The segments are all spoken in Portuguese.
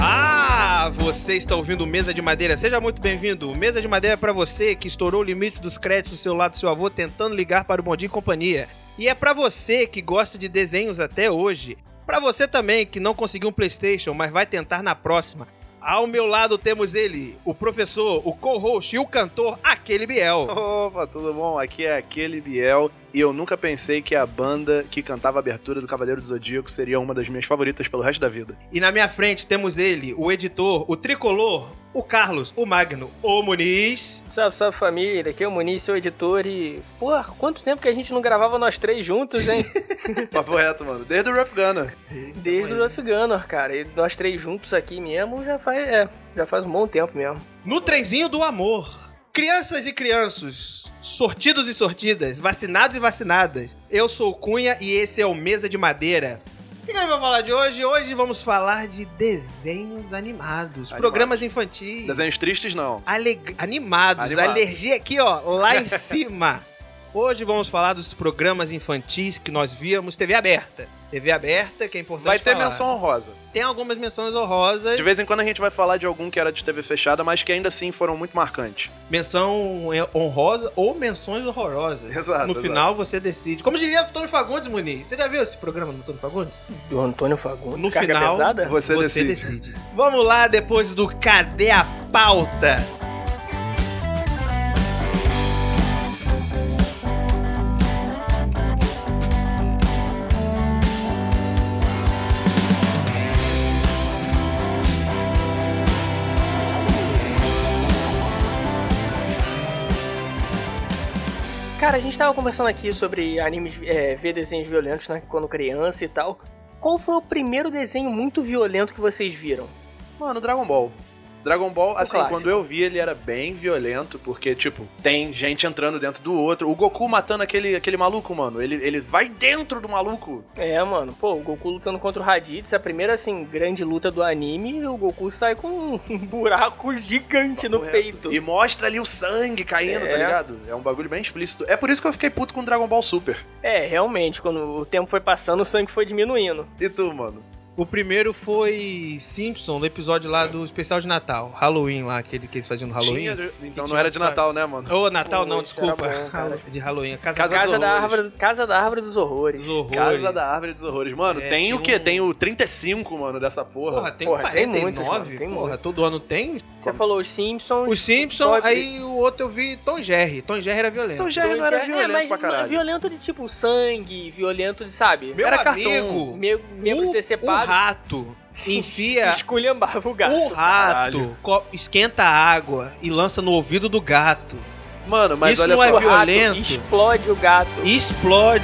Ah, Você está ouvindo Mesa de Madeira. Seja muito bem-vindo. Mesa de Madeira é para você que estourou o limite dos créditos do seu lado do seu avô tentando ligar para o Bom Dia e Companhia. E é para você que gosta de desenhos até hoje. Para você também que não conseguiu um PlayStation, mas vai tentar na próxima. Ao meu lado temos ele, o professor, o co-host e o cantor, aquele Biel. Opa, tudo bom? Aqui é aquele Biel e eu nunca pensei que a banda que cantava a abertura do Cavaleiro do Zodíaco seria uma das minhas favoritas pelo resto da vida. E na minha frente temos ele, o editor, o tricolor, o Carlos, o Magno, o Muniz. Salve, salve família, aqui é o Muniz, seu editor e. Porra, quanto tempo que a gente não gravava nós três juntos, hein? Papo reto, mano. Desde o Rap Gunner. Desde o Rough Gunner, cara. E nós três juntos aqui mesmo já faz. É, já faz um bom tempo mesmo. No trenzinho do amor. Crianças e crianças, sortidos e sortidas, vacinados e vacinadas. Eu sou o Cunha e esse é o Mesa de Madeira. O que a gente vai falar de hoje? Hoje vamos falar de desenhos animados, Animados. programas infantis. Desenhos tristes, não. Aleg... Animados, Animados. alergia aqui, ó, lá em cima. Hoje vamos falar dos programas infantis que nós víamos TV aberta. TV aberta, que é importante Vai ter falar. menção honrosa. Tem algumas menções honrosas. De vez em quando a gente vai falar de algum que era de TV fechada, mas que ainda assim foram muito marcantes. Menção é, honrosa ou menções horrorosas. Exato, No exato. final você decide. Como diria Antônio Fagundes, Muniz. Você já viu esse programa do Antônio Fagundes? Do Antônio Fagundes. No Carga final, pesada? Você, decide. decide. Vamos lá, depois do Cadê a Pauta? Cara, a gente tava conversando aqui sobre animes, é, ver desenhos violentos, né? Quando criança e tal. Qual foi o primeiro desenho muito violento que vocês viram? Mano, Dragon Ball. Dragon Ball, assim, clássico. quando eu vi, ele era bem violento, porque, tipo, tem gente entrando dentro do outro. O Goku matando aquele, aquele maluco, mano. Ele, ele vai dentro do maluco. É, mano, pô, o Goku lutando contra o Raditz, a primeira, assim, grande luta do anime, o Goku sai com um buraco gigante no Correto. peito. E mostra ali o sangue caindo, É. tá ligado? É um bagulho bem explícito. É por isso que eu fiquei puto com Dragon Ball Super. É, realmente, quando o tempo foi passando, o sangue foi diminuindo. E tu, mano? O primeiro foi Simpson, no episódio lá do especial de Natal. Halloween lá, aquele que eles faziam no Halloween. Tinha, então Que não era tinha de os Natal, né, mano? Ô, Natal Pô, não, isso era desculpa. bom, cara. de Halloween. a Casa, Casa dos Casa da, Horrores. árvore, casa da Árvore dos Horrores. dos Horrores. Casa da Árvore dos Horrores. Mano, É, tem tinha o quê? um- Tem o 35, mano, dessa porra. Porra, tem Porra, tem 49? muitos, mano, tem porra, muitos. todo ano tem? Você falou os Simpsons. Os Simpsons, Todd- aí o outro eu vi Tom Jerry. Tom Jerry era violento. Tom Jerry não era É, violento mas pra caralho. violento de tipo sangue, violento de, sabe? Meu Era cartoon. amigo, Meio, membros o, o decepados. rato enfia Esculhambava o gato. o rato, caralho. co- esquenta a água e lança no ouvido do gato. Mano, mas Isso olha não só. é O rato violento. Explode o gato. E explode.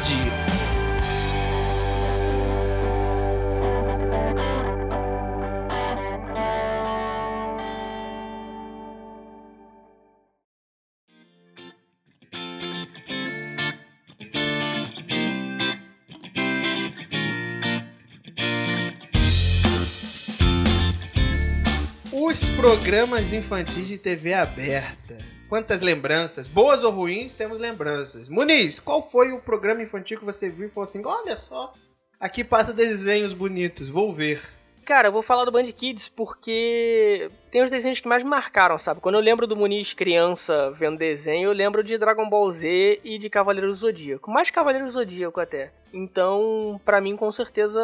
Os programas infantis de TV aberta. Quantas lembranças, boas ou ruins, temos lembranças. Muniz, qual foi o programa infantil que você viu e falou assim: olha só, aqui passa desenhos bonitos, vou ver. Cara, eu vou falar do Band Kids porque tem os desenhos que mais me marcaram, sabe? Quando eu lembro do Muniz criança vendo desenho, eu lembro de Dragon Ball Z e de Cavaleiro do Zodíaco. Mais Cavaleiro do Zodíaco até. Então, pra mim, com certeza.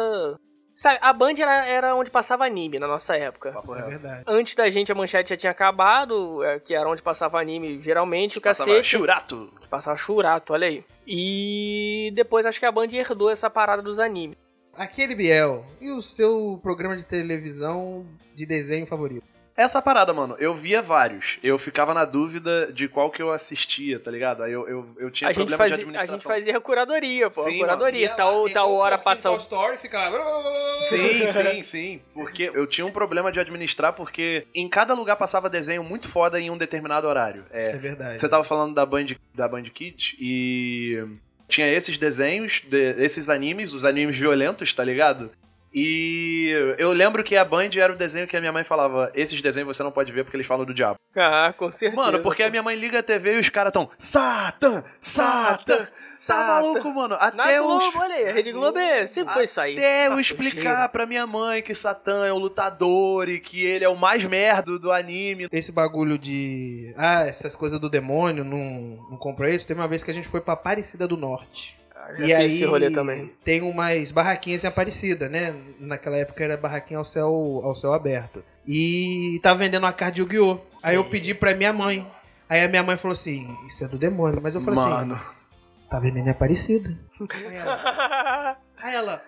Sabe, a Band era, era onde passava anime na nossa época. Papo reto. É verdade. Antes da gente, a manchete já tinha acabado, é, que era onde passava anime geralmente, o Passava cacete. Churato. Passava Churato, olha aí. E depois acho que a Band herdou essa parada dos animes. Aquele Biel, e o seu programa de televisão de desenho favorito? Essa parada, mano, eu via vários. Eu ficava na dúvida de qual que eu assistia, tá ligado? Aí eu, eu, eu tinha A gente, um problema fazia, de a administração. gente fazia a curadoria, pô. Sim, a curadoria. Tal, tal hora passa o o. story fica lá. Sim, sim, sim. Porque eu tinha um problema de administrar, porque em cada lugar passava desenho muito foda em um determinado horário. É, É verdade. Você tava falando da Band, da Band Kids e tinha esses desenhos, de- esses animes, os animes violentos, tá ligado? E eu lembro que a Band era o desenho que a minha mãe falava: esses desenhos você não pode ver porque eles falam do diabo. Ah, com certeza. Mano, porque a minha mãe liga a TV e os caras tão Satã! Satã! Tá maluco, mano? Na Até eu Globo, olha aí, a Rede Globo é- sempre foi isso aí. Até eu Tá explicar pra minha mãe que Satã é um lutador e que ele é o mais merda do anime. Esse bagulho de. Ah, essas coisas do demônio, não, não compra isso. Teve uma vez que a gente foi pra Aparecida do Norte. sujeira. Já fiz esse rolê também. tem umas barraquinhas em Aparecida, né? Naquela época era barraquinha ao céu, ao céu aberto. E tava vendendo uma carta de Yu-Gi-Oh! Aí eu pedi pra minha mãe. Aí a minha mãe falou assim, isso é do demônio. Mas eu falei Mano, assim, tá vendendo em Aparecida. Aí ela, aí ela,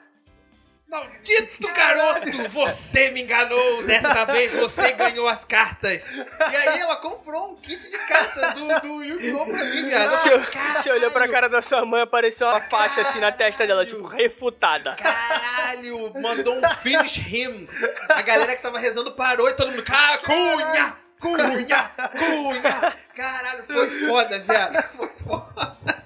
maldito garoto, você me enganou. Dessa vez você ganhou as cartas. E aí ela comprou um kit de cartas do, do Yu-Gi-Oh! pra mim, viado. Você, Eu falei, você olhou pra cara da sua mãe, apareceu uma faixa assim na testa dela, tipo, refutada. Caralho, mandou um finish him. A galera que tava rezando parou e todo mundo. "Ca- Cunha! Cunha! Cunha! Caralho, foi foda, viado. Foi foda.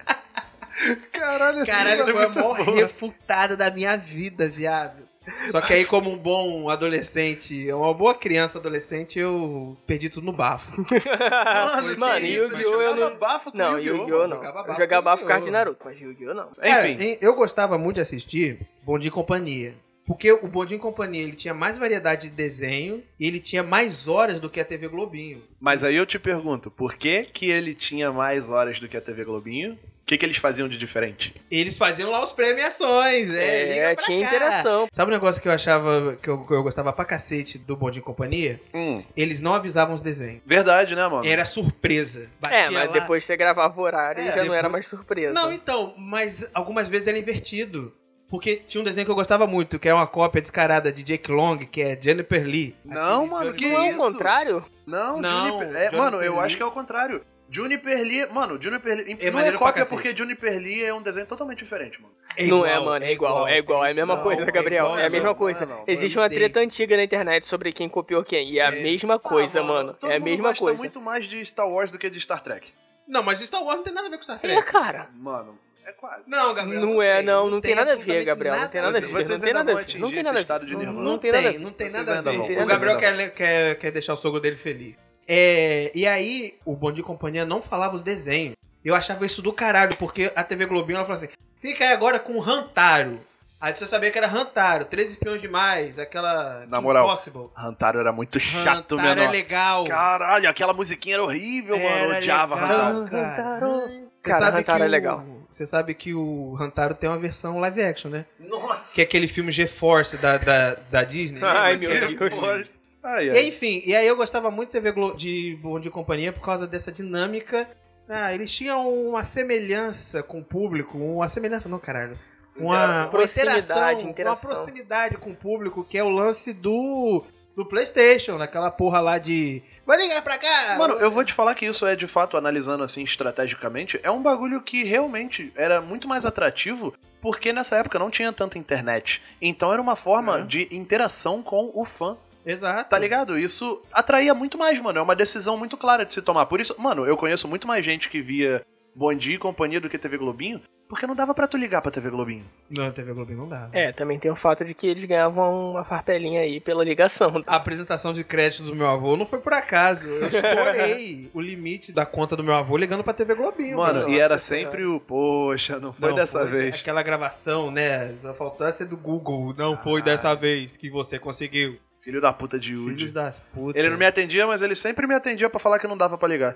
caralho, Caralho, foi a maior morrer. refutada da minha vida, viado. Só que aí, como um bom adolescente, uma boa criança adolescente, eu perdi tudo no bafo. Mano, Mano, e isso, o Yu-Gi-Oh! eu não... Bafo com Não, Yu-Gi-Oh! Yu-Gi-Oh! não. Jogava Eu bafo jogava com bafo card Yu-Gi-Oh! de Naruto, mas Yu-Gi-Oh! não. Cara, Enfim, em- É, eu gostava muito de assistir Bom Dia e Companhia. Porque o Bom Dia e Companhia ele tinha mais variedade de desenho e ele tinha mais horas do que a TV Globinho. mas aí eu te pergunto, por que que ele tinha mais horas do que a TV Globinho? O que que eles faziam de diferente? Eles faziam lá os premiações, é, liga É, pra tinha cá. interação. Sabe um negócio que eu achava que eu, que eu gostava pra cacete do Bom Dia e Companhia? Hum, Eles não avisavam os desenhos. verdade, né, mano? Era surpresa. Batia É, mas lá. depois você gravava o horário É, e já não é era depois- mais surpresa. Não, então, mas algumas vezes era invertido. Porque tinha um desenho que eu gostava muito, que é uma cópia descarada de Jake Long, que é Jennifer Lee. Não, Aquele mano, filme que não é o isso? contrário? Não, Não, Juniper, é, Juniper mano, eu Lee. acho que é o contrário. Juniper Lee, mano, Juniper Lee É não é maneiro pra cópia cacete. porque Juniper Lee é um desenho totalmente diferente, mano. não é, mano, é igual, é igual, é a mesma igual, coisa, é Gabriel. igual, é a não, mesma não é coisa. não, Existe não uma tem. treta antiga na internet sobre quem copiou quem. E é a É. mesma coisa, Ah, mano. todo É a mundo mesma gosta coisa. muito mais de Star Wars do que de Star Trek. Não, mas Star Wars não tem nada a ver com Star É, Trek. cara. Mano, é quase. Não, Gabriel. Não é, tem, não, não tem nada a ver, absolutamente Gabriel, não tem nada a Vocês- ver, Vocês não tem ainda nada a vão ver, atingir não tem esse nada a ver. estado de Não- nirvana. Não não tem, tem nada a ver. não tem Vocês nada a ainda ver. vão. O Vocês Gabriel ainda quer, quer, quer deixar o sogro dele feliz. É, e aí, o Bom de Companhia não falava os desenhos. Eu achava isso do caralho, porque a TV Globinho ela falou assim: fica aí agora com o Rantaro. Aí você sabia que era Rantaro, 13 espiões demais, aquela. Na moral, Impossible. Hantaro era muito chato, Rantaro menor. é legal. Caralho, aquela musiquinha era horrível, mano. Eu Era odiava legal, Hantaro. cara. Rantaro. Você Ah, Cara, sabe Rantaro que é o- legal. Você sabe que o Rantaro tem uma versão live action, né? Nossa. Que é aquele filme GeForce da, da, da Disney. né? Ai, Lembra disso? meu Deus. Ai, E, ai. enfim, e aí eu gostava muito de TV Glo de Bom de Companhia por causa dessa dinâmica. Ah, eles tinham uma semelhança com o público, uma semelhança não, caralho. Uma uma Proximidade, interação, interação. Uma proximidade com o público, que é o lance do, do PlayStation, naquela porra lá de. Vai ligar pra cá! Mano, eu vou te falar que isso é de fato, analisando assim estrategicamente, é um bagulho que realmente era muito mais atrativo, porque nessa época não tinha tanta internet. Então era uma forma É. de interação com o fã, Exato. tá ligado? Isso atraía muito mais, mano. É uma decisão muito clara de se tomar. Por isso, mano, eu conheço muito mais gente que via Bom Dia e Companhia do que TV Globinho, porque não dava pra tu ligar pra TV Globinho. Não, TV Globinho não dá. É, também tem o fato de que eles ganhavam uma farpelinha aí pela ligação. Ah, A apresentação de crédito do meu avô não foi por acaso. Eu estourei o limite da conta do meu avô ligando pra TV Globinho. Mano, Nossa e era Senhora. sempre o, poxa, não foi É Não, dessa vez. Aquela gravação, né? Só faltou essa do Google. Não Ah. foi dessa vez que você conseguiu. Filho da puta de Filhos Woody. das putas. Ele não me atendia, mas ele sempre me atendia pra falar que não dava pra ligar.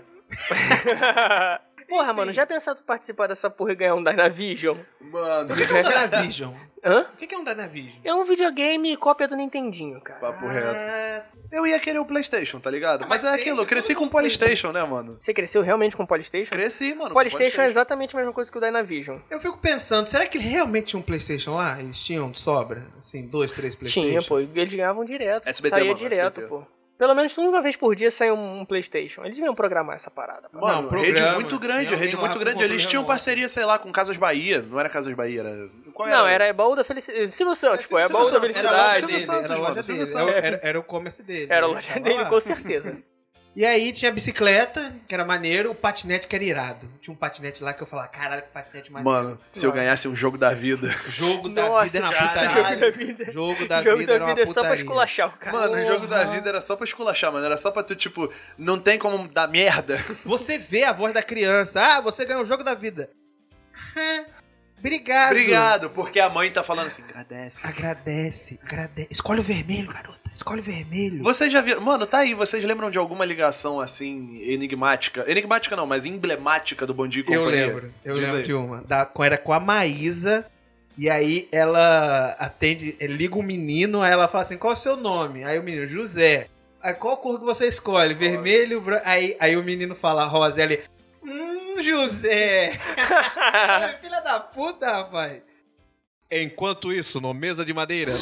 Porra, mano, já pensaram tu participar dessa porra e ganhar um Dynavision? Mano. O que que é um Dynavision? Hã? O que que é um Dynavision? É um videogame cópia do Nintendinho, cara. Papo reto. Ah, Eu ia querer o PlayStation, tá ligado? Ah, Mas mas é aquilo, eu sempre cresci todo com o mundo fez, né? PlayStation, né, mano? Você cresceu realmente com o Polystation? Cresci, mano. O com Polystation é exatamente a mesma coisa que o Dynavision. eu fico pensando, será que realmente tinha um Playstation lá? Eles tinham de sobra? Assim, dois, três Playstation? Tinha, pô. Eles ganhavam direto. SBT, saía mano, direto, SBT. pô. Pelo menos uma vez por dia saía um um Playstation. Eles deviam programar essa parada. pô. Mano, Não, rede programa, muito grande, tinha alguém rede lá muito com grande. controle Eles tinham remoto. parceria, sei lá, com Casas Bahia. Não era Casas Bahia, era. Qual não, era a baú da felicidade. Se você, tipo, é a Silvio baú da Santos, era lá o felicidade. Silvio Santos, Era a mano, loja Silvio dele. Santos. Era, era o comércio dele. Era a Ele loja tava dele, lá. com certeza. E aí tinha a bicicleta, que era maneiro, o patinete que era irado. Tinha um patinete lá que eu falava, caralho, que patinete maneiro. Mano, se eu ganhasse um jogo da vida. Jogo da Nossa, vida era uma cara. putaria. jogo da vida. Jogo da jogo vida da era uma vida é só pra putaria. esculachar o cara. Mano, o jogo da Porra. vida era só pra esculachar, mano. Era só pra tu, tipo, não tem como dar merda. Você vê a voz da criança. Ah, você ganhou o jogo da vida. Ah, Obrigado. Obrigado, porque a mãe tá falando assim, agradece. Agradece, agradece. Escolhe o vermelho, garota. Escolhe o vermelho. Vocês já viram. Mano, tá aí, vocês lembram de alguma ligação assim, enigmática? Enigmática não, mas emblemática do Bom Dia e Eu Companhia? lembro, eu Diz lembro aí. de uma. Da, com- era com a Maísa. E aí ela atende, eh, liga o menino, aí ela fala assim: qual é o seu nome? Aí o menino, José. Aí qual cor que você escolhe? Vermelho, branco. Aí, aí o menino fala, Rosa, ele. Hum, José! Filha da puta, rapaz! Enquanto isso, no Mesa de Madeira.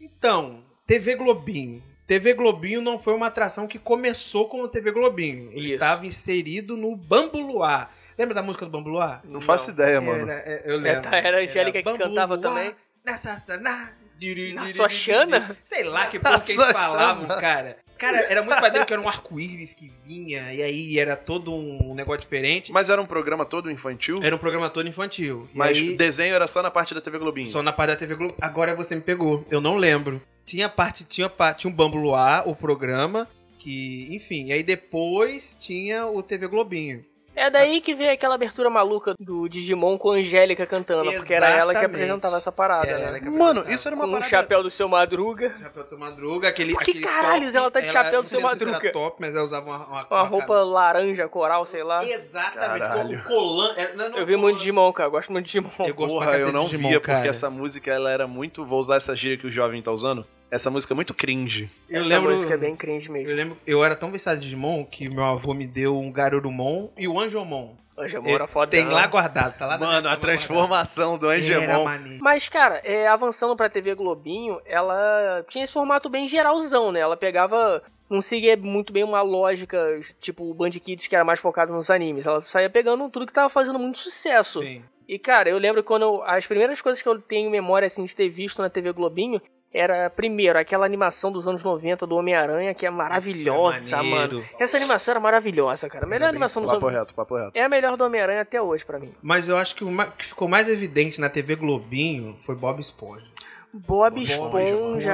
Então, TV Globinho. TV Globinho não foi uma atração que começou como TV Globinho. Ele Isso. estava inserido no Bambu Luar. Lembra da música do Bambu Luar? Não né? faço ideia, mano. Era- é, eu lembro. tá, era a Angélica que Bambu cantava Luar, também. na Sassaná, diri, Na diri, sua diri, Xana? Sei lá que porra que eles Nossa, falavam, chama. cara. Cara, era muito maneiro que era um arco-íris que vinha, e aí era todo um negócio diferente. Mas era um programa todo infantil? Era um programa todo infantil. Mas e aí, desenho era só na parte da TV Globinho. só na parte da TV Globo. Agora você me pegou, eu não lembro. Tinha parte, tinha, pa- tinha um Bambu Luar, o programa, que, enfim. E aí depois tinha o TV Globinho. É daí que veio aquela abertura maluca do Digimon com a Angélica cantando, porque era ela que Exatamente. É. apresentava essa parada, Era né? ela que Mano, apresentava. isso era Com uma o parada. chapéu do seu Madruga, Chapéu do seu Madruga, aquele. Por que aquele caralhos ela tá de chapéu do não Seu sei se isso Madruga? Era top, mas ela usava uma, uma, uma roupa laranja, coral, sei lá. Exatamente, Caralho. com colan. era- não, não, Eu vi muito colan- Digimon, cara, eu gosto muito de Digimon. Eu gosto pra Porra, eu cacete não de Digimon, via cara. porque essa música ela era muito. Vou usar essa gíria que o jovem tá usando. Essa música é muito cringe. Eu Essa lembro, música é bem cringe eu mesmo. lembro, eu era tão viciado de Digimon que meu avô me deu um Garurumon e o Anjomon. Angemon era foda. é, Tem lá guardado, tá lá na Mano, minha a cama transformação do é guardado. Era Angemon. maneiro. Mas, cara, é, avançando pra TV Globinho, ela tinha esse formato bem geralzão, né? Ela pegava. Não seguia muito bem uma lógica, tipo o Band Kids, que era mais focado nos animes. Ela saía pegando tudo que tava fazendo muito sucesso. Sim. E, cara, eu lembro quando. eu- as primeiras coisas que eu tenho memória, assim, de ter visto na TV Globinho era, primeiro, aquela animação dos anos 90 do Homem-Aranha, que é Isso é maravilhosa, maneiro. mano. Essa animação era maravilhosa, cara. A melhor bem animação dos Papo anos. reto, papo reto. É a melhor do Homem-Aranha até hoje, pra mim. Mas eu acho que o ma- que ficou mais evidente na TV Globinho foi Bob Esponja. Bob, Bob Esponja,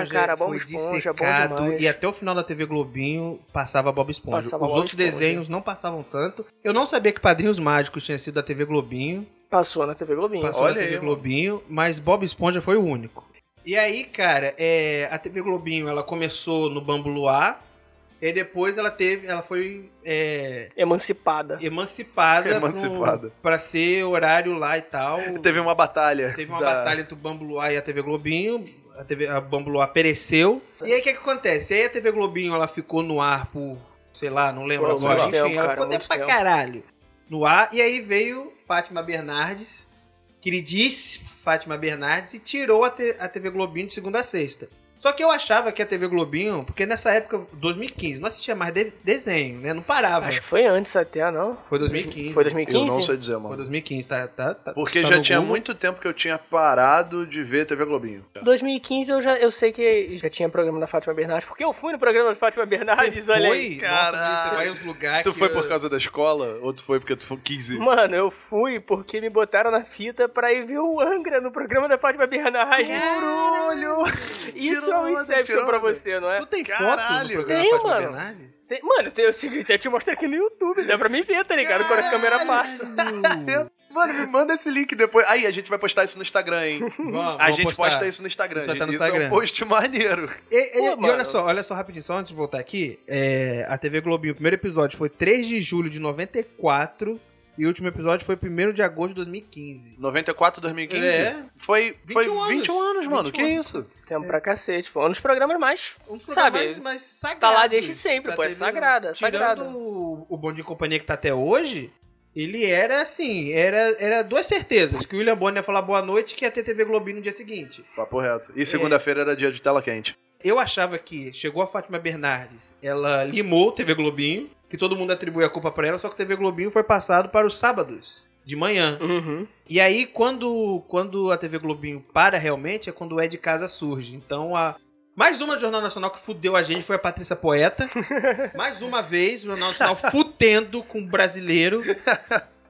cara. Bob foi Esponja, bom dissecado, demais. E até o final da TV Globinho passava Bob Esponja. Passava Os Bob outros Esponja. desenhos não passavam tanto. Eu não sabia que Padrinhos Mágicos tinha sido da TV Globinho. Passou na TV Globinho. Passou Olha na TV aí, Globinho, mas Bob Esponja foi o único. E aí, cara, é, a TV Globinho ela começou no Bambu Luar. E depois ela teve, ela foi é, Emancipada. emancipada, Emancipada. pro- pra ser horário lá e tal. Teve uma batalha. Teve uma da- batalha entre o Bambu Luar e a TV Globinho. A, TV, a Bambu Luar pereceu. E aí o que, que acontece? Aí a TV Globinho ela ficou no ar por, sei lá, não lembro Por algum agora. tempo, Enfim, ela cara, ficou tempo muito pra tempo. caralho no ar. E aí veio Fátima Bernardes, queridíssima Fátima Bernardes, e tirou a, T- a TV Globinho de segunda a sexta. Só que eu achava que a TV Globinho, porque nessa época, 2015, não assistia mais de- desenho, né? Não parava. Acho que foi antes até, não? Foi 2015. Foi Eu não 2015? sei dizer, Foi mano. 2015, tá? tá, tá- Porque tá já no tinha Google. Tá. muito tempo que eu tinha parado de ver TV Globinho. 2015 eu já eu sei que já tinha programa da Fátima Bernardes, porque eu fui no programa da Fátima Bernardes, olha aí. Foi? Nossa, Luiz, você caralho. vai aos lugares. Tu É que uh, foi eu- por causa da escola ou tu foi porque tu foi 15? Mano, eu fui porque me botaram na fita pra ir ver o Angra no programa da Fátima Bernardes. É, Caralho! Isso Tirou é onda, um Inception tirou pra onda. você, não é? Tu tem foto do Caralho. programa Tem, Fátima mano. Bernardes? Tem- mano, tem, se quiser te mostrar aqui no YouTube, dá pra mim ver, tá ligado? Quando a câmera passa. Mano, me manda esse link depois. Aí, a gente vai postar isso no Instagram, hein? Vamos, a vou gente postar. posta isso no Instagram. Isso vai gente. tá no é Instagram. um post maneiro. E, e- Pô, e mano. olha só, olha só rapidinho, só antes de voltar aqui, é, a TV Globinho, o primeiro episódio foi 3 de julho de 94 e o último episódio foi 1 de agosto de 2015. 94, 2015? É. Foi, foi 21 21 anos. anos, mano. 21 que isso? Tempo pra cacete, pô. Um dos programas mais Um dos Sabe, programas mais sagrados tá lá desde sempre, da pô, é TV sagrada, Tirando sagrada. o, o Bonde de Companhia que tá até hoje, ele era assim, era, era duas certezas, que o William Bonner ia falar boa noite e que ia ter TV Globinho no dia seguinte. Papo reto. É. E segunda-feira era dia de tela quente. Eu achava que chegou a Fátima Bernardes, ela limou o TV Globinho, que todo mundo atribui a culpa pra ela, só que o TV Globinho foi passado para os sábados de manhã. Uhum. E aí quando quando a TV Globinho para realmente é quando o É de Casa surge. Então a Mais uma do Jornal Nacional que fudeu a gente foi a Patrícia Poeta. Mais uma vez, o Jornal Nacional fudendo com o brasileiro.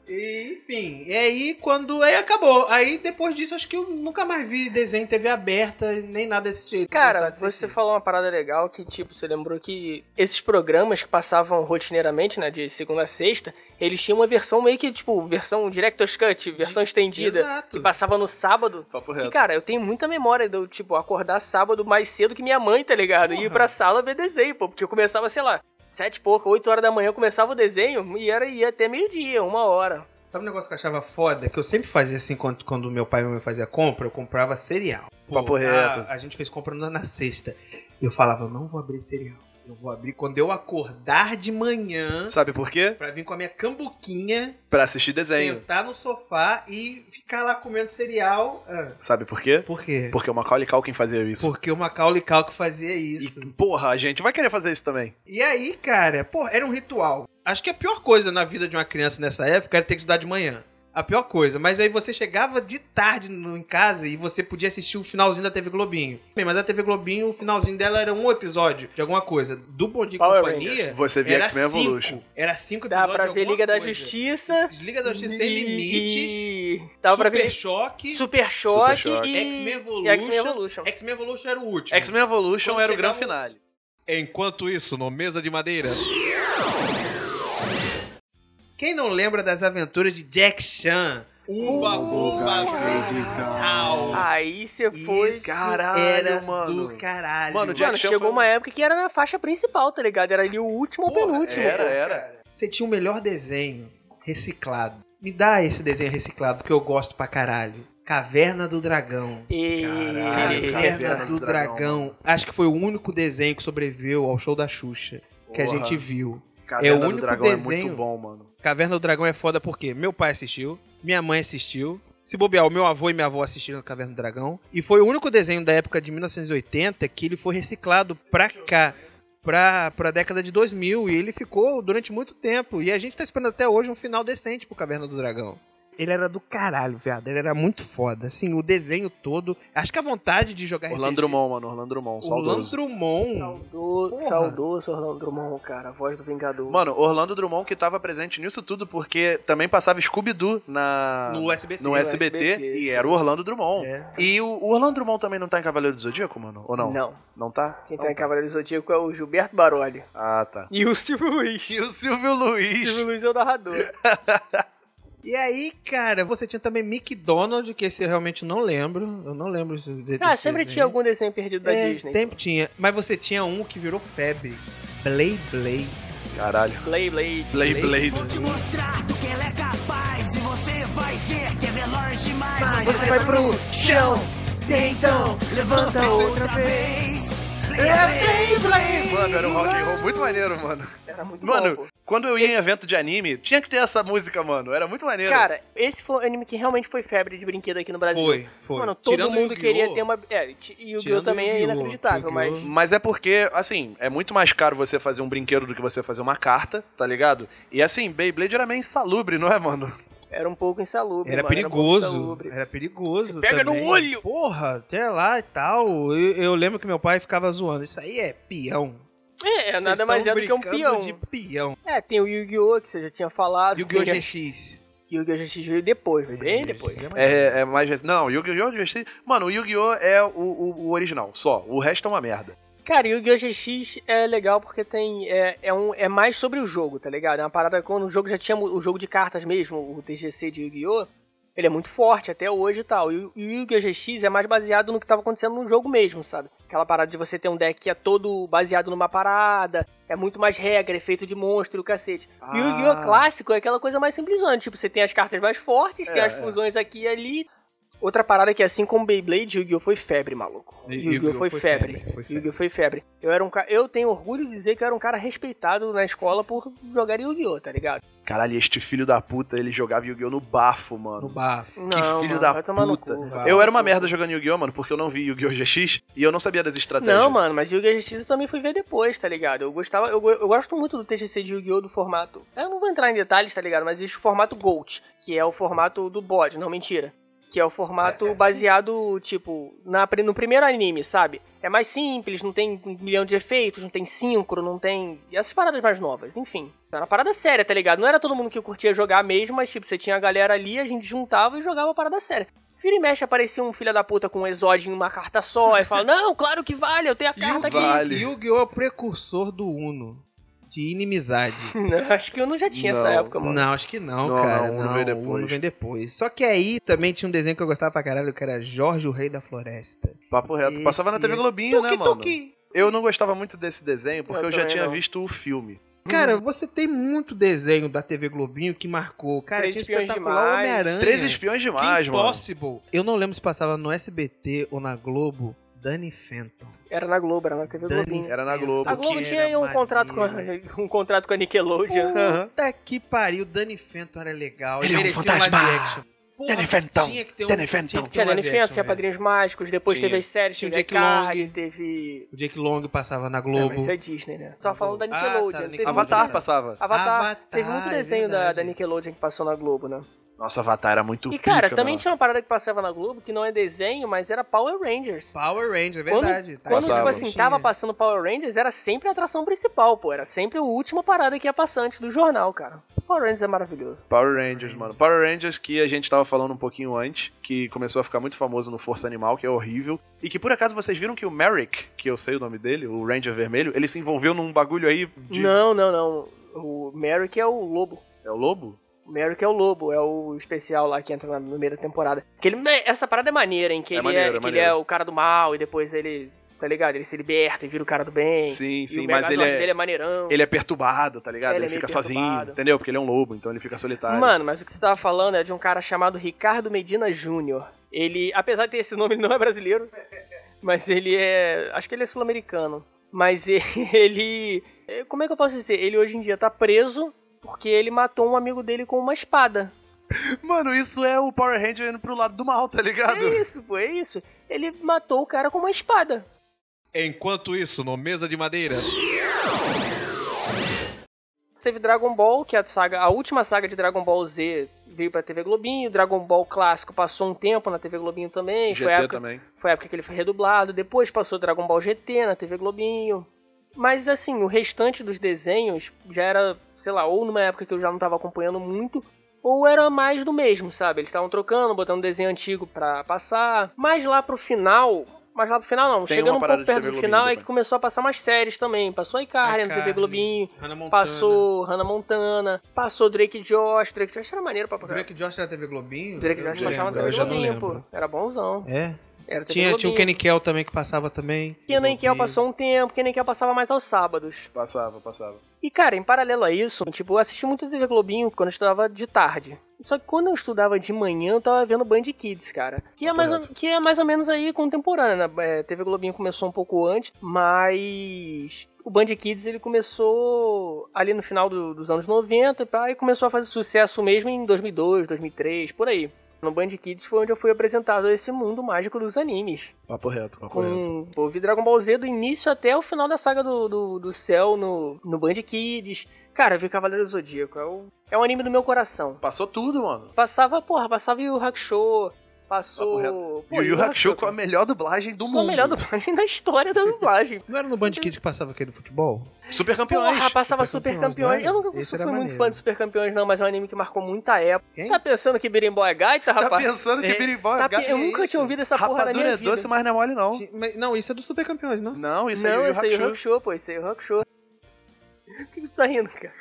E, enfim, e aí quando. Aí acabou. Aí depois disso, acho que eu nunca mais vi desenho em TV aberta, nem nada desse jeito. Cara, você falou uma parada legal que, tipo, você lembrou que esses programas que passavam rotineiramente, né, de segunda a sexta, eles tinham uma versão meio que, tipo, versão Director's Cut, versão estendida, Exato. que passava no sábado. Papo Que, reto. cara, eu tenho muita memória de eu, tipo, acordar sábado mais cedo que minha mãe, tá ligado? E ir pra sala ver desenho, pô, porque eu começava, sei lá, sete e pouco, oito horas da manhã eu começava o desenho e era ia até meio-dia, uma hora. Sabe um negócio que eu achava foda? Que eu sempre fazia assim, quando, quando meu pai e minha mãe faziam compra, eu comprava cereal. Papo reto. A, a gente fez compra na, na sexta. Eu falava, não vou abrir cereal. Eu vou abrir quando eu acordar de manhã Sabe por quê? pra vir com a minha cambuquinha, Pra assistir desenho. sentar no sofá e ficar lá comendo cereal. Ah, Sabe por quê? por quê? Porque o Macaulay Culkin fazia isso. Porque o Macaulay Culkin fazia isso. E, porra, a gente vai querer fazer isso também. E aí, cara, pô, era um ritual. Acho que a pior coisa na vida de uma criança nessa época era ter que estudar de manhã. A pior coisa. Mas aí você chegava de tarde no- em casa e você podia assistir o finalzinho da TV Globinho. Bem, mas a TV Globinho, o finalzinho dela era um episódio de alguma coisa. Do Bom Dia e Power Companhia. Rangers. Você via É. Era X-Men Evolution. cinco. Era cinco Dá episódios pra de ver alguma Liga da coisa. Justiça. Liga da Justiça Sem Limites. E... Dá pra Super ver Choque. Super Choque, Choque. e X-Men e X-Men Evolution. Evolution. X-Men Evolution era o último. X-Men Evolution Tipo, Quando era o grande chegava finale. Enquanto isso, no Mesa de Madeira. Quem não lembra das aventuras de Jack Chan? Um Umba Bumba Vegetal. Aí você foi. Isso caralho, era mano. do caralho. Mano, Jack Mano, Chan chegou foi- uma época que era na faixa principal, tá ligado? Era ali o último ou Porra, penúltimo. era, pô. era. Você tinha o melhor desenho reciclado. Me dá esse desenho reciclado que eu gosto pra caralho. Caverna do Dragão. E... Caverna, Caralho, cara. do, Dragão. Dragão. Acho que foi o único desenho que sobreviveu ao show da Xuxa que a Porra. gente viu. É Caverna o do único Dragão é desenho- muito bom, mano. Caverna do Dragão é foda porque meu pai assistiu, minha mãe assistiu. Se bobear, o meu avô e minha avó assistiram Caverna do Dragão. E foi o único desenho da época de 1980 que ele foi reciclado pra cá, pra, pra década de 2000. E ele ficou durante muito tempo. E a gente tá esperando até hoje um final decente pro Caverna do Dragão. Ele era do caralho, viado. Ele era muito foda. Assim, o desenho todo. Acho que a vontade de jogar Orlando RPG. Drummond, mano. Orlando Drummond, É Orlando saudoso. Drummond. Saudo... Porra. Saudoso Orlando Drummond, cara. A voz do Vingador. Mano, Orlando Drummond que tava presente nisso tudo porque também passava Scooby-Doo na... No SBT. no SBT, SBT, e sim. era o Orlando Drummond. É. E o, o Orlando Drummond também não tá em Cavaleiro do Zodíaco, mano? Ou não? Não. Não tá? Quem Não tá em Cavaleiro do Zodíaco é o Gilberto Baroli. Ah, tá. E o Silvio Luiz. E o Silvio O Luiz. Silvio Luiz é o narrador. E aí, cara, você tinha também Mick Donald, que esse eu realmente não lembro. Eu não lembro de, de Ah, desse sempre desenho. tinha algum desenho perdido da é, Disney. Sempre tinha. Mas você tinha um que virou febre. Blade Blade. Caralho. Play, Blade. Blade Blade. Vou te mostrar do que ela é capaz e você vai ver que ela é longe demais. Mas você vai pro chão. Então, levanta outra vez. É Blade Blade. Mano, era um rock and roll muito maneiro, mano. Era muito Mano, bom, pô. Quando eu ia em evento de anime, tinha que ter essa música, mano. Era muito maneiro. Cara, esse foi um anime que realmente foi febre de brinquedo aqui no Brasil. Foi, foi. Mano, todo Tirando mundo Yu-Gi-Oh! queria ter uma. É, t- e o Yu-Gi-Oh! Tirando também é Yu-Gi-Oh! inacreditável, mas. Yu-Gi-Oh! Mas é porque, assim, é muito mais caro você fazer um brinquedo do que você fazer uma carta, tá ligado? E assim, Beyblade era meio insalubre, não é, mano? Era um pouco insalubre. Era mano, Era um pouco perigoso. insalubre. Era perigoso. Se pega no também. olho! Porra, até lá e tal. Eu, eu lembro que meu pai ficava zoando. Isso aí é peão. É, é, nada Vocês mais tão é do que um brincando peão. de peão. É, tem o Yu-Gi-Oh! que você já tinha falado. Yu-Gi-Oh! tem- GX. Yu-Gi-Oh! GX veio depois, bem é? depois. É, é mais. Não, Yu-Gi-Oh! GX. Mano, o Yu-Gi-Oh! é o, o- o original, só. O resto é uma merda. Cara, Yu-Gi-Oh! GX é legal porque tem. É, é, um, é mais sobre o jogo, tá ligado? É uma parada quando o jogo já tinha. mu- O jogo de cartas mesmo, o TGC de Yu-Gi-Oh! Ele é muito forte até hoje e tal. E o e o Yu-Gi-Oh! GX é mais baseado no que tava acontecendo no jogo mesmo, sabe? Aquela parada de você ter um deck que é todo baseado numa parada, é muito mais regra, efeito de monstro, e o cacete. E o Ah, Yu-Gi-Oh! clássico é aquela coisa mais simplesona. Tipo, você tem as cartas mais fortes, tem É, as é. fusões aqui e ali. Outra parada é que, assim como Beyblade, Yu-Gi-Oh! foi febre, maluco. E- Yu-Gi-Oh! foi, febre. Foi febre. Yu-Gi-Oh! foi febre. Eu, era um ca... eu tenho orgulho de dizer que eu era um cara respeitado na escola por jogar Yu-Gi-Oh! tá ligado? Ah, Caralho, este filho da puta, ele jogava Yu-Gi-Oh! no bafo, mano. No bafo. Não, filho mano, da vai tomar no puta. cu, vai. bafo. Eu era uma merda jogando Yu-Gi-Oh! mano, porque eu não vi Yu-Gi-Oh! GX e eu não sabia das estratégias. Não, mano, mas Yu-Gi-Oh! Justiça eu também fui ver depois, tá ligado? Eu gostava, eu, go- eu gosto muito do TCC de Yu-Gi-Oh! do formato. Eu não vou entrar em detalhes, tá ligado? Mas existe o formato Gold, que é o formato do bode, não mentira. que é o formato baseado, tipo, na, pri- no primeiro anime, sabe? É mais simples, não tem um milhão de efeitos, não tem síncro, não tem. E essas paradas mais novas, enfim. Era uma parada séria, tá ligado? Não era todo mundo que curtia jogar mesmo, mas, tipo, você tinha a galera ali, a gente juntava e jogava a parada séria. Vira e mexe, aparecia um filho da puta com um exódio em uma carta só, e fala, não, claro que vale, eu tenho a carta aqui. Vale. Yu-Gi-Oh! é o precursor do Uno. De inimizade. Não, acho que eu não já tinha essa Não, época, mano. Não, acho que não, assim? Não, cara. Não, não, o Uno vem o depois. Uno vem depois. Só que aí também tinha um desenho que eu gostava pra caralho, que era Jorge o Rei da Floresta. Papo reto. Esse Passava na TV é- Globinho, né, mano? tuki. Eu não gostava muito desse desenho porque Eu eu, já também tinha não. visto o filme. Hum. Cara, você tem muito desenho da TV Globinho que marcou. Cara, Três tinha Espiões espetacular Demais. Homem-Aranha. Três espiões demais, mano. Impossible. Eu não lembro se passava no SBT ou na Globo. Dani Fenton. Era na Globo, era na TV Dani Globinho. Era na Fenton, Globo. A Globo que tinha era aí um contrato, com maneiro. a, um contrato com a Nickelodeon. Puta que pariu, Dani Fenton era legal. Ele Ele, é um merecia fantasma. live action. Porra, Danny Fenton. Tinha que ter um, Danny Fenton. Tinha, que ter Tinha um Lenny live Fenton, action, tinha velho. Padrinhos Mágicos, depois Tinha. teve as séries, Tinha o teve a Jack Long. Carrie, teve... O Jake Long passava na Não, Globo. mas isso é Disney, né? Tava falando da Ah, tá, Nickelodeon. da teve- Nickelodeon. Avatar passava. Avatar. Avatar, tá- Teve muito é desenho da, verdade. da Nickelodeon que passou na Globo, né? Nossa, Avatar era muito e, cara, pica, também mano. tinha uma parada que passava na Globo que não é desenho, mas era Power Rangers. Power Ranger, é Quando- verdade. Quando, tipo Passava. assim, tava passando Power Rangers, era sempre a atração principal, pô. Era sempre a última parada que ia passar antes do jornal, cara. Power Rangers é maravilhoso. Power Rangers, mano. Power Rangers que a gente tava falando um pouquinho antes, que começou a ficar muito famoso no Força Animal, que é horrível. E que por acaso vocês viram que o Merrick, que eu sei o nome dele, o Ranger Vermelho, ele se envolveu num bagulho aí de. Não, não, não. O Merrick é o lobo. É o lobo? O Merrick é o lobo, é o especial lá que entra na primeira temporada. Que ele, essa parada é maneira, hein? Que, É ele, maneiro, é é, que ele maneiro. é o cara do mal e depois ele, tá ligado? Ele se liberta e vira o cara do bem. Sim, E sim, o mas ele Megazord é, dele é maneirão. ele é perturbado, tá ligado? É, Ele, ele é meio fica sozinho, perturbado. entendeu? Porque ele é um lobo, então ele fica solitário. Mano, mas o que você tava falando é de um cara chamado Ricardo Medina Júnior. Ele, apesar de ter esse nome, ele não é brasileiro. Mas ele é. Acho que ele é sul-americano. Mas e- ele. eh, Como é que eu posso dizer? Ele hoje em dia tá preso porque ele matou um amigo dele com uma espada. Mano, isso é o Power Ranger indo pro lado do mal, tá ligado? É isso, pô, é isso. Ele matou o cara com uma espada. Enquanto isso, no Mesa de Madeira. Teve Dragon Ball, que é a saga, a última saga de Dragon Ball Z veio pra TV Globinho. Dragon Ball clássico passou um tempo na TV Globinho também. foi a GT época, também. Foi a época que ele foi redublado. Depois passou Dragon Ball GT na TV Globinho. Mas assim, o restante dos desenhos já era, sei lá, ou numa época que eu já não tava acompanhando muito, ou era mais do mesmo, sabe? Eles estavam trocando, botando desenho antigo pra passar. Mas lá pro final. Mas lá pro final não, Tem chegando uma um parada de pouco perto TV do Globinho final é também. que começou a passar mais séries também. Passou a Icardia na TV Icardi. Globinho. Hannah Montana. Passou Hannah Montana, passou Drake Josh, Drake Josh era maneiro pra caralho. Drake Josh era TV Globinho? Drake Eu Josh não passava na lembro, TV eu já não Globinho, pô. lembro. Era bonzão. É? Era TV Tinha, tinha o Globinho. Kenny Kell também que passava também. Kenan Kell Globinho. passou um tempo, Kenan Kell passava mais aos sábados. Passava, passava. E, cara, em paralelo a isso, tipo, eu assisti muito TV Globinho quando eu estudava de tarde. Só que quando eu estudava de manhã, eu tava vendo Band Kids, cara. Que é, mais ou, que é mais ou menos aí contemporânea, né? É, TV Globinho começou um pouco antes, mas o Band Kids, ele começou ali no final do- dos anos 90 pá, e começou a fazer sucesso mesmo em 2002, 2003, por aí. No Band Kids foi onde eu fui apresentado a esse mundo mágico dos animes Papo reto, papo reto. com ouvi Dragon Ball Z do início até o final da saga do, do, do Cell no, no Band Kids. Cara, eu vi Cavaleiro do Zodíaco. É um, é um anime do meu coração. Passou tudo, mano. Passava, porra, passava Yu Hakusho, Papo passou. E o Yu Hakusho com a melhor dublagem do com a mundo. melhor dublagem da história da dublagem. Não era no Band Kids que passava aquele do futebol? Super campeões. Porra, passava Super Super Campeões, Campeões. né? Eu nunca Esse fui era muito maneiro. fã de Super Campeões, não, mas é um anime que marcou muita época. Quem? Tá pensando que Birimbó é gaita, Tá rapaz? pensando que É, Birimbó é Tá pe- gato? eu nunca tinha ouvido essa porra na Rapadura minha é doce, vida. mas não é mole, não. Ti- mas- Não, isso é do Super Campeões, não? Não, isso não, é esse aí é o Yu Hakusho. Hakusho, pô. Esse aí é o Hakusho. Por que que tu tá rindo, cara?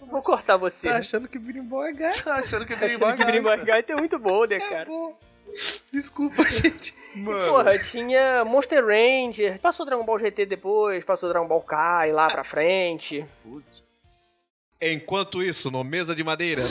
Eu Vou cortar você. Tá achando que Birimbó é gato? Tá achando que é Birimbó Achando é que Birimbau gato. Gaita é muito bom, né, cara? Pô, Desculpa, gente. Mano, Porra, tinha Monster Ranger, passou Dragon Ball GT depois, passou Dragon Ball Kai lá pra frente. putz. Enquanto isso, no Mesa de Madeira.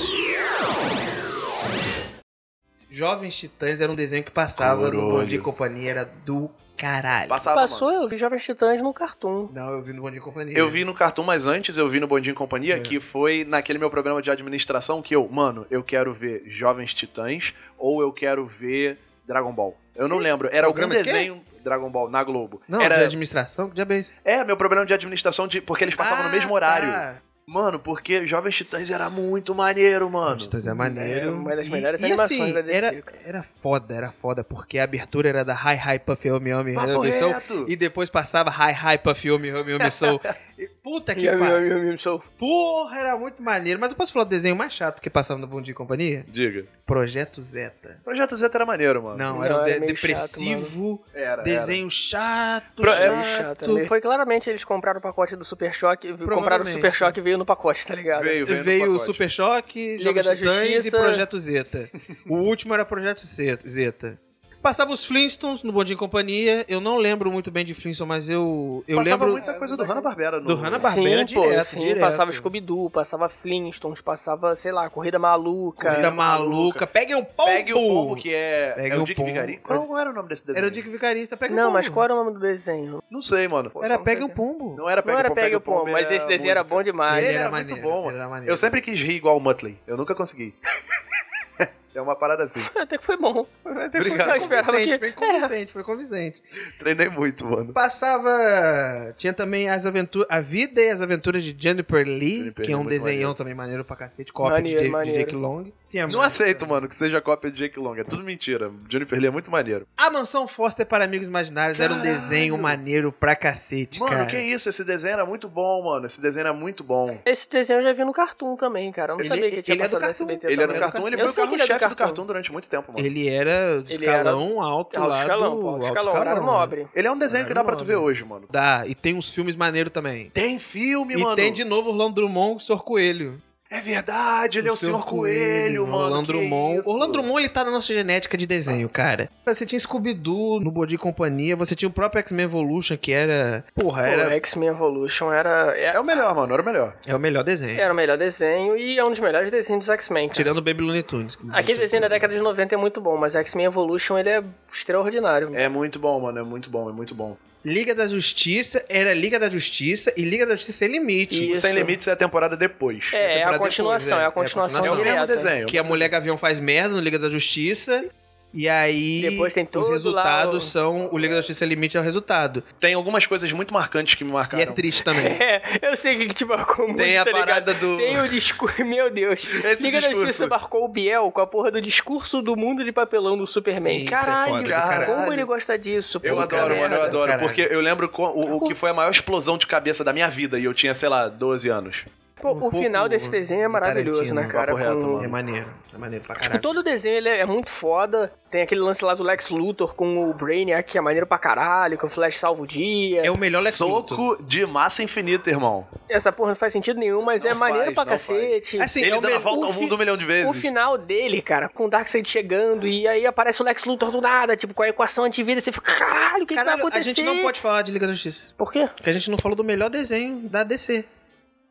Jovens Titãs era um desenho que passava no Bom Corolho. Dia e Companhia, era do caralho. Passava, passou, eu vi Jovens Titãs no Cartoon. Não, eu vi no Bom Dia e Companhia. Eu vi no Cartoon, mas antes eu vi no Bondinho e Companhia, É. que foi naquele meu programa de administração que eu, mano, eu quero ver Jovens Titãs ou eu quero ver Dragon Ball. Eu Hum? não lembro, era algum Programa de quê? desenho Dragon Ball na Globo. Não, era de Ah, administração, que diabo é esse? tá. É, meu programa de administração de porque eles passavam no mesmo horário. Mano, porque Jovens Titãs era muito maneiro, mano. Titãs é maneiro. É uma das E- melhores e, animações assim, da DC, era, cara. era foda, era foda, porque a abertura era da Hi Hi Puff Home Home Papo Home Soul. reto. E depois passava Hi Hi Puff Home Home Home Soul. E Puta que Yum, pariu. yum, yum, yum, sou. Porra, era muito maneiro. Mas eu posso falar do desenho mais chato que passava no Bom Dia e Companhia? Diga. Projeto Zeta. Projeto Zeta era maneiro, mano. Não, Não, era um de- é era meio depressivo, Era, desenho chato, Pro- é Meio chato. chato, meio- Foi claramente eles compraram o pacote do Super Choque. Compraram o Provavelmente. Super Choque e veio no pacote, tá ligado? Veio, veio, Veio no o pacote. Super Choque, Liga Liga da da Titãs e Justiça. Projeto Zeta. O último era Projeto Zeta- Zeta. Passava os Flintstones no Bom Dia e Companhia. Eu não lembro muito bem de Flintstones, mas eu, eu Passava lembro... muita coisa do Hanna-Barbera. no- Do Hanna-Barbera. Sim, Barbera pô, direto, sim, direto. passava Scooby-Doo, passava Flintstones, passava, sei lá, Corrida Maluca. Corrida maluca. Pegue um pombo! Pegue o pombo, que é... Pegue é o o Dick pombo. Vigarista. Qual, qual era o nome desse desenho? Era o Dick Vigarista. Pegue um Não, pombo. mas qual era o nome do desenho? Não sei, mano. Pô, Era só Pegue um Pegue- Pombo. Não era Não Pega era o Pombo, Pega o Pombo, mas era esse desenho era música. bom demais. Ele era era muito maneiro, bom. ele era maneiro. Eu sempre quis rir igual o Muttley. Eu nunca consegui. é uma parada assim. Até que foi bom. Obrigado. Foi Eu esperava convincente, que- foi convincente, foi convincente. Treinei muito, mano. Passava. Tinha também as aventuras. A vida e as aventuras de Jennifer Lee, Jennifer que é Lee, um muito desenhão maneiro. também maneiro pra cacete, cópia Maneiro, de, Ja- de maneiro. Jake Long. Tinha Não mais. aceito, mano, que seja cópia de Jake Long. É tudo mentira. Jennifer Lee é muito maneiro. A Mansão Foster para Amigos Imaginários era um Caralho! desenho maneiro pra cacete, Mano, é, cara. que isso? Esse desenho era muito bom, mano. Esse desenho era muito bom. Esse desenho eu já vi no Cartoon também, cara. Eu não Ele- sabia que tinha ele é do passado no Cartoon. SBT Ele era também. do cartão, ele Eu foi o sei que ele é do carro-chefe do Cartoon. cartão durante muito tempo, mano. Ele, Ele era do Ele escalão alto Alto lá escalão, do... pô. Alto alto né? escalão, era nobre. é um desenho que dá pra tu ver hoje, mano. Dá, e tem uns filmes maneiros também. Tem filme, E mano. tem de novo Orlando Drummond, Sr. Coelho. É verdade, ele é o Senhor Coelho, mano. Orlando que Drummond. isso? Orlando Drummond, ele tá na nossa genética de desenho, cara. Você tinha Scooby-Doo no Body Companhia, você tinha o próprio X-Men Evolution, que era... Porra, Pô, era... X-Men Evolution era, É era, o melhor, mano. Era o melhor. É o melhor desenho. era o melhor desenho e é um dos melhores desenhos dos X-Men. cara. Tirando o Baby Looney Tunes. que Aquele você- desenho da década de 90 é muito bom, mas X-Men Evolution ele é extraordinário. É muito bom, mano. É muito bom, é muito bom. Liga da Justiça era Liga da Justiça e Liga da Justiça Sem Limite. Isso. Sem Limites é a temporada depois. É, é a temporada continuação, depois, é é. a continuação É o É mesmo direta. desenho. Que a Mulher Gavião faz merda no Liga da Justiça. E aí Depois tem todo os lá resultados o- são. O Liga da Justiça Sem Limite é o resultado. Tem algumas coisas muito marcantes que me marcaram. E é triste também. É, eu sei o que, que te marcou muito, Tem a tá ligado? parada do. Tem o discurso. Meu Deus. Liga da discurso. Justiça marcou o Biel com a porra do discurso do mundo de papelão do Superman. Isso é caralho, foda do cara. como ele gosta disso, pô. Eu Puta adoro, merda. mano, eu adoro. Caralho. Porque eu lembro co- o, o que foi a maior explosão de cabeça da minha vida e eu tinha, sei lá, 12 anos. Pô, Um o pouco final desse desenho é de maravilhoso, Tarantino, né, cara? papo reto, Com- mano. É maneiro. É maneiro pra Tipo, caralho. todo o desenho ele é é muito foda. Tem aquele lance lá do Lex Luthor com o Brainiac, que é maneiro pra caralho, que o Flash salva o dia. É o melhor Lex Luthor. Soco de massa infinita, irmão. Essa porra não faz sentido nenhum, mas Não é maneiro faz, pra não faz. cacete. Assim, Ele é o dá a melhor- volta o ao fi- mundo um milhão de vezes. O final dele, cara, com o Darkseid chegando e aí aparece o Lex Luthor do nada, tipo, com a equação antivida, você fica, caralho, o que, que vai Caralho, a acontecer? gente não pode falar de Liga da Justiça. Por quê? Porque a gente não falou do melhor desenho da DC.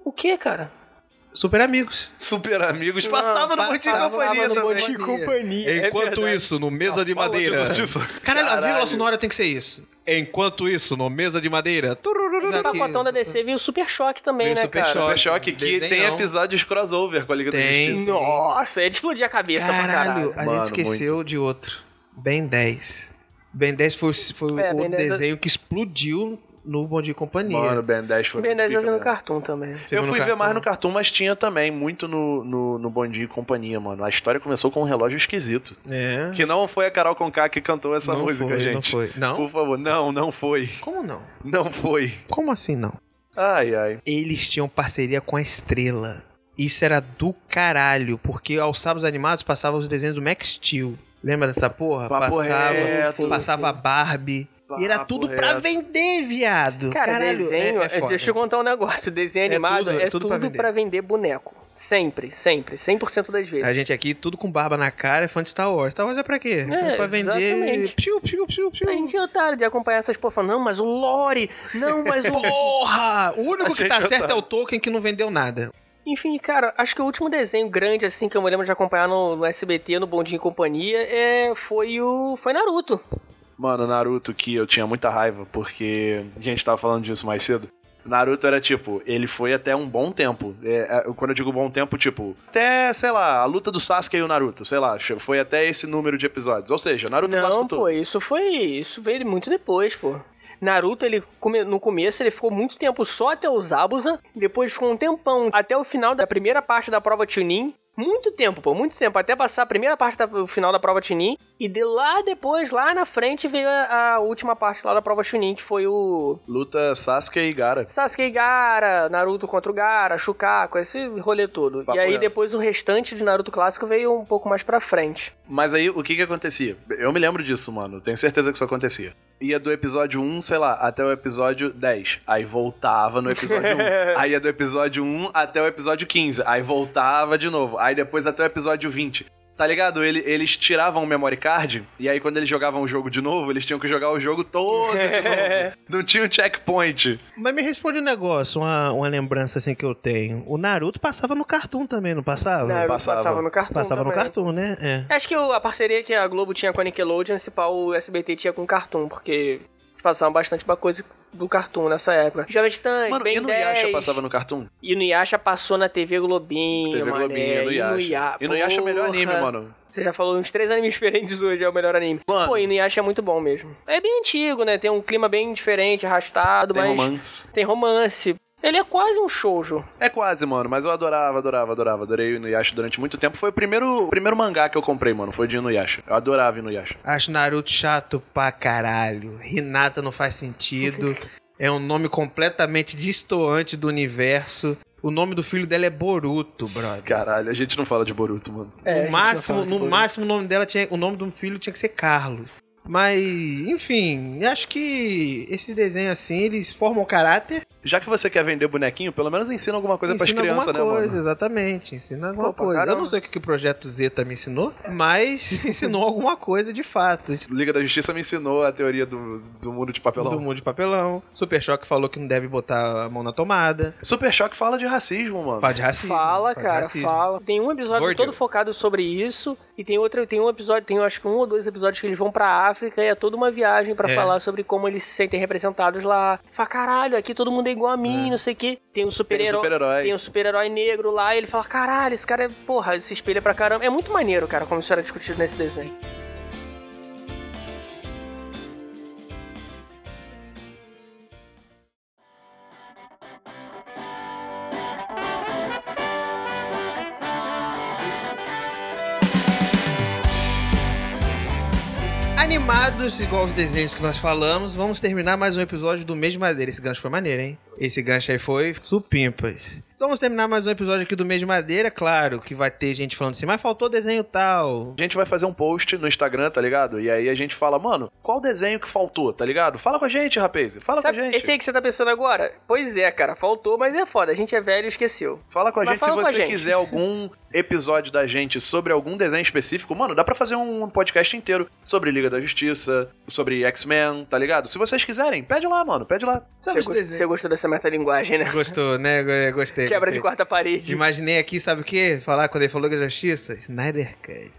O quê, cara? Ah, Super Amigos. Super Amigos Não, passava no Bom Dia e passava Companhia no Bom também. Dia e companhia. É isso, no Mesa Sala Justiça. Caralho, a vírgula Caralho. sonora tem que ser isso. Enquanto isso, no Mesa de Madeira. Esse pacotão da DC veio o Super Choque também, Veio o né, Super cara? Choque. Super Choque que Desenhão. tem episódios crossover com a Liga Tem. da Justiça. Nossa, é de explodir a cabeça pra Caralho, caralho. a Mano, gente esqueceu de outro. Ben 10. Ben 10 foi, foi É, o Ben 10 desenho que explodiu no Bom Dia e Companhia. Mano, Ben 10 foi Ben 10 muito eu vi no pica, né? cartoon também. Você viu Eu no fui ver cartão? mais no cartoon, mas tinha também muito no, no, no Bom Dia e Companhia, mano. A história começou com um relógio esquisito. É. Que não foi a Carol Conká que cantou essa não música, foi, gente. Não foi. Não? Por favor, não, não foi. Como não? Não foi. Como assim não? Ai, ai. Eles tinham parceria com a Estrela. Isso era do caralho, porque aos sábados animados passavam os desenhos do Max Steel. Lembra dessa porra? Papo passava reto. Sim, passava Barbie. e era Papo tudo pra reto. vender, viado. Cara, Caralho, desenho. é, é foda. deixa eu contar um negócio. Desenho É animado tudo- é tudo, tudo pra vender. pra vender boneco. Sempre, sempre. 100% das vezes. A gente aqui, tudo com barba na cara, é fã de Star Wars. Star Wars é pra quê? É, pra vender. exatamente. Piu, piu, piu, piu. A gente é otário de acompanhar essas porra falando, não, mas o Lore, não, mas o. Porra! O único Achei que tá que eu certo tava. é o Tolkien que não vendeu nada. Enfim, cara, acho que o último desenho grande, assim, que eu me lembro de acompanhar no, no SBT, no Bondinho e Companhia, é, foi o. Foi Naruto. Mano, Naruto que eu tinha muita raiva, porque a gente tava falando disso mais cedo. Naruto era tipo, ele foi até um bom tempo. É, é, quando eu digo bom tempo, tipo, até, sei lá, a luta do Sasuke e o Naruto, sei lá, che- foi até esse número de episódios. Ou seja, Naruto Não, passou pô, todo. isso foi. Isso veio muito depois, pô. Naruto, ele come- no começo, ele ficou muito tempo só até o Zabuza, depois ficou um tempão até o final da primeira parte da prova Chunin. Muito tempo, pô, muito tempo, até passar a primeira parte do final da prova Chunin. E de lá depois, lá na frente, veio a, a última parte lá da prova Chunin, que foi o Luta Sasuke e Gara. Sasuke e Gara, Naruto contra o Gara, Shukaku, esse rolê todo. Papo e aí reto. depois o restante de Naruto clássico veio um pouco mais pra frente. Mas aí, o que que acontecia? Eu me lembro disso, mano. Tenho certeza que isso acontecia. Ia do episódio 1, sei lá, até o episódio 10. Aí voltava no episódio 1. Aí ia do episódio 1 até o episódio 15. Aí voltava de novo. Aí depois até o episódio 20. Tá ligado? Ele- eles tiravam o memory card, e aí quando eles jogavam o jogo de novo, eles tinham que jogar o jogo todo de novo. Não tinha um checkpoint. Mas me responde um negócio, uma, uma lembrança assim que eu tenho. O Naruto passava no Cartoon também, não passava? Naruto passava. passava, no cartão. passava no também. Cartoon, né? É. Acho que o- a parceria que a Globo tinha com a Nickelodeon, esse pau o SBT tinha com o Cartoon, porque eles passavam bastante ba- coisa do Cartoon nessa época. Jovem Titãs, Mano, Ben e no 10, Yasha passava no Cartoon? E no Yasha passou na TV Globinho, TV mané, Globinho, é, e no Yasha. E no Yasha é o melhor anime, porra. mano. Você já falou uns três animes diferentes hoje, é o melhor anime. Mano. Pô, Inuyasha é muito bom mesmo. É bem antigo, né? Tem um clima bem diferente, arrastado, Tem mas romance. tem romance. Ele é quase um shoujo. É quase, mano, mas eu adorava, adorava, adorava. Adorei o Inuyasha durante muito tempo. Foi o primeiro, o primeiro mangá que eu comprei, mano. Foi de Inuyasha. Eu adorava Inuyasha. Acho Naruto chato pra caralho. Hinata não faz sentido. é um nome completamente distoante do universo. O nome do filho dela é Boruto, brother. Caralho, a gente não fala de Boruto, mano. É, a gente no não máximo, fala de no Boruto. máximo o nome dela tinha, o nome do filho tinha que ser Carlos. Mas, enfim, acho que esses desenhos assim, eles formam caráter, Já que você quer vender bonequinho, pelo menos ensina alguma coisa ensina pras crianças, né, alguma coisa, mano? exatamente, ensina alguma Pô, pra coisa. Eu caramba. É. não sei o que, que o projeto Zeta me ensinou, mas ensinou alguma coisa de fato. Isso Liga da Justiça me ensinou a teoria do, do mundo de papelão. Do mundo de papelão. Super Choque falou que não deve botar a mão na tomada. Super Choque fala de racismo, mano. Fala de racismo. Fala, de cara, racismo. fala. Tem um episódio Gordo. todo focado sobre isso e tem outro, tem um episódio, tem acho que um ou dois episódios que eles vão pra África e é toda uma viagem pra É. falar sobre como eles se sentem representados lá. Fala, caralho, aqui todo mundo é igual a mim, não sei o quê. Tem um Tem super-herói. super-herói. Tem um super-herói negro lá e ele fala: caralho, esse cara é, porra, se espelha pra caramba. É muito maneiro, cara, como isso era discutido nesse desenho. Animados, igual os desenhos que nós falamos, vamos terminar mais um episódio do mês de madeira. Esse gancho foi maneiro, hein? Esse gancho aí foi supimpas. Então vamos terminar mais um episódio aqui do mês de madeira. Claro que vai ter gente falando assim, mas faltou desenho tal. A gente vai fazer um post no Instagram, tá ligado? E aí a gente fala, mano, qual desenho que faltou, tá ligado? Fala com a gente, rapaz. Fala Sabe, com a gente. esse aí que você tá pensando agora? Pois é, cara, faltou, mas é foda. A gente é velho e esqueceu. Fala com a Mas gente se fala com a você gente. quiser algum episódio da gente sobre algum desenho específico. Mano, dá pra fazer um podcast inteiro sobre Liga da Justiça, sobre X-Men, tá ligado? Se vocês quiserem, pede lá, mano, pede lá. Você, Sabe esse gost- desenho? você gostou dessa metalinguagem, né? Gostou, né? Go- Gostei. Quebra de gostei. quarta parede. Imaginei aqui, sabe o que? Falar quando ele falou que é justiça? Snyder Cut.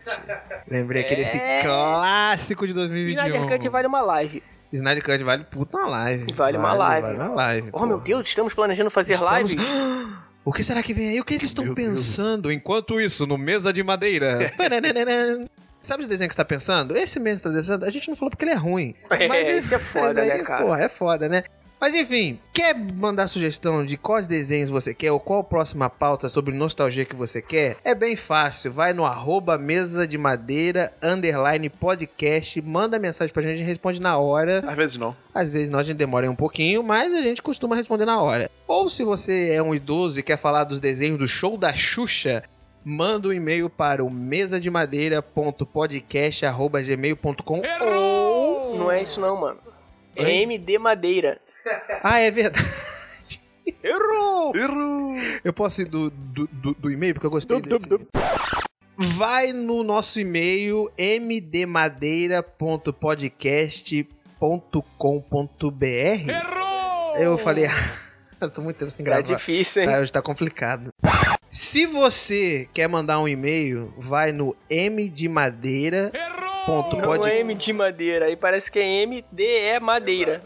Lembrei aqui desse É. clássico de E 2021. Snyder Cut vale uma live. Snyder Cut vale puta uma live. Vale uma live. Vale uma live. Oh, pô. meu Deus, estamos planejando fazer Estamos- lives? O que será que vem aí? O que eles estão Meu pensando enquanto isso no Mesa de Madeira? Parananana. Sabe os desenhos que você tá pensando? Esse mesmo que você tá pensando, a gente não falou porque ele é ruim. É, ele- isso é foda, mas aí, né, cara? Porra, é foda, né? Mas enfim, quer mandar sugestão de quais desenhos você quer ou qual a próxima pauta sobre nostalgia que você quer? É bem fácil, vai no arroba mesa de madeira, underline podcast, manda mensagem pra gente, a gente responde na hora. Às vezes não. Às vezes nós a gente demora um pouquinho, mas a gente costuma responder na hora. Ou se você é um idoso e quer falar dos desenhos do show da Xuxa, manda um e-mail para o mesademadeira.podcast.gmail.com ou... Não é isso não, mano. É Oi? MD Madeira. Ah, é verdade. Errou! Errou. Eu posso ir do, do, do- do e-mail, porque eu gostei desse. Vai no nosso e-mail mdmadeira.podcast.com.br Eu falei... Ah, tô muito tempo sem Tá gravar. difícil, hein? Tá, hoje tá complicado. Se você quer mandar um e-mail, vai no Não mdemadeira.pod. é M de madeira, aí parece que é M de madeira.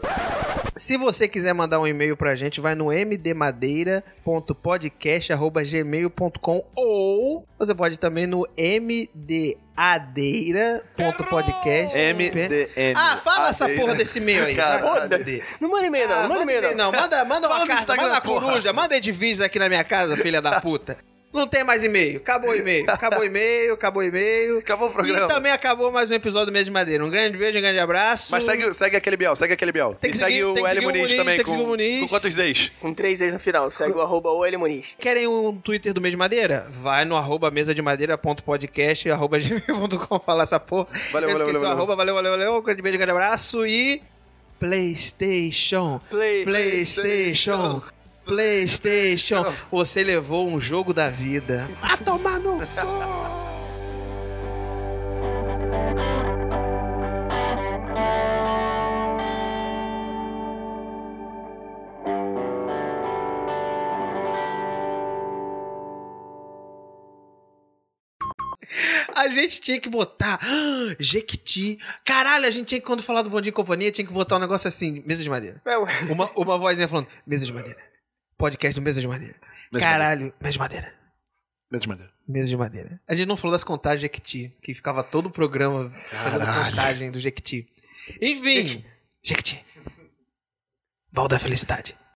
Se você quiser mandar um e-mail pra gente, vai no mdmadeira.podcast.gmail.com ou Você pode ir também no mdadeira.podcast. MDN. Ah, fala essa porra desse e-mail aí. Cara, sabe? foda-se. Não manda e-mail, não. Ah, não manda e-mail, não. Manda, manda uma Fala no carta, Instagram, manda uma porra. coruja, manda Edvisa aqui na minha casa, filha da puta. Não tem mais e-mail. Acabou o e-mail. Acabou o e-mail, acabou o e-mail. Acabou o E programa. também acabou mais um episódio do Mês de Madeira. Um grande beijo, um grande abraço. Mas segue, segue aquele Bial, segue aquele Bial. Tem que e segue seguir- o tem que L seguir o Muniz Muniz, também. tem que seguir com, o Muniz. com quantos ex? Com três ex no final. Segue o arroba OL Muniz. Querem um Twitter do Mês de Madeira? Vai no arroba mesa de madeira.podcast, arroba gmail.com, falar essa porra. Valeu, Eu valeu, esqueci o valeu, arroba, valeu, valeu, valeu. Um grande beijo, um grande abraço e... Playstation. Play. PlayStation, PlayStation, você levou um jogo da vida. A tomar no A gente tinha que botar ah, Jequiti. Caralho, a gente tinha que, quando falar do Bom Dia e Companhia, tinha que botar um negócio assim, mesa de madeira. É, ué. Uma, uma vozinha falando, mesa de madeira. Podcast do Mesa de Madeira. Mesa de Caralho, mesa de madeira. Mesmo maneira. Mesa de madeira. A gente não falou das contagens de Jequiti, que ficava todo o programa fazendo Caralho. contagem do Jequiti. Enfim, Jequiti. Bal da felicidade.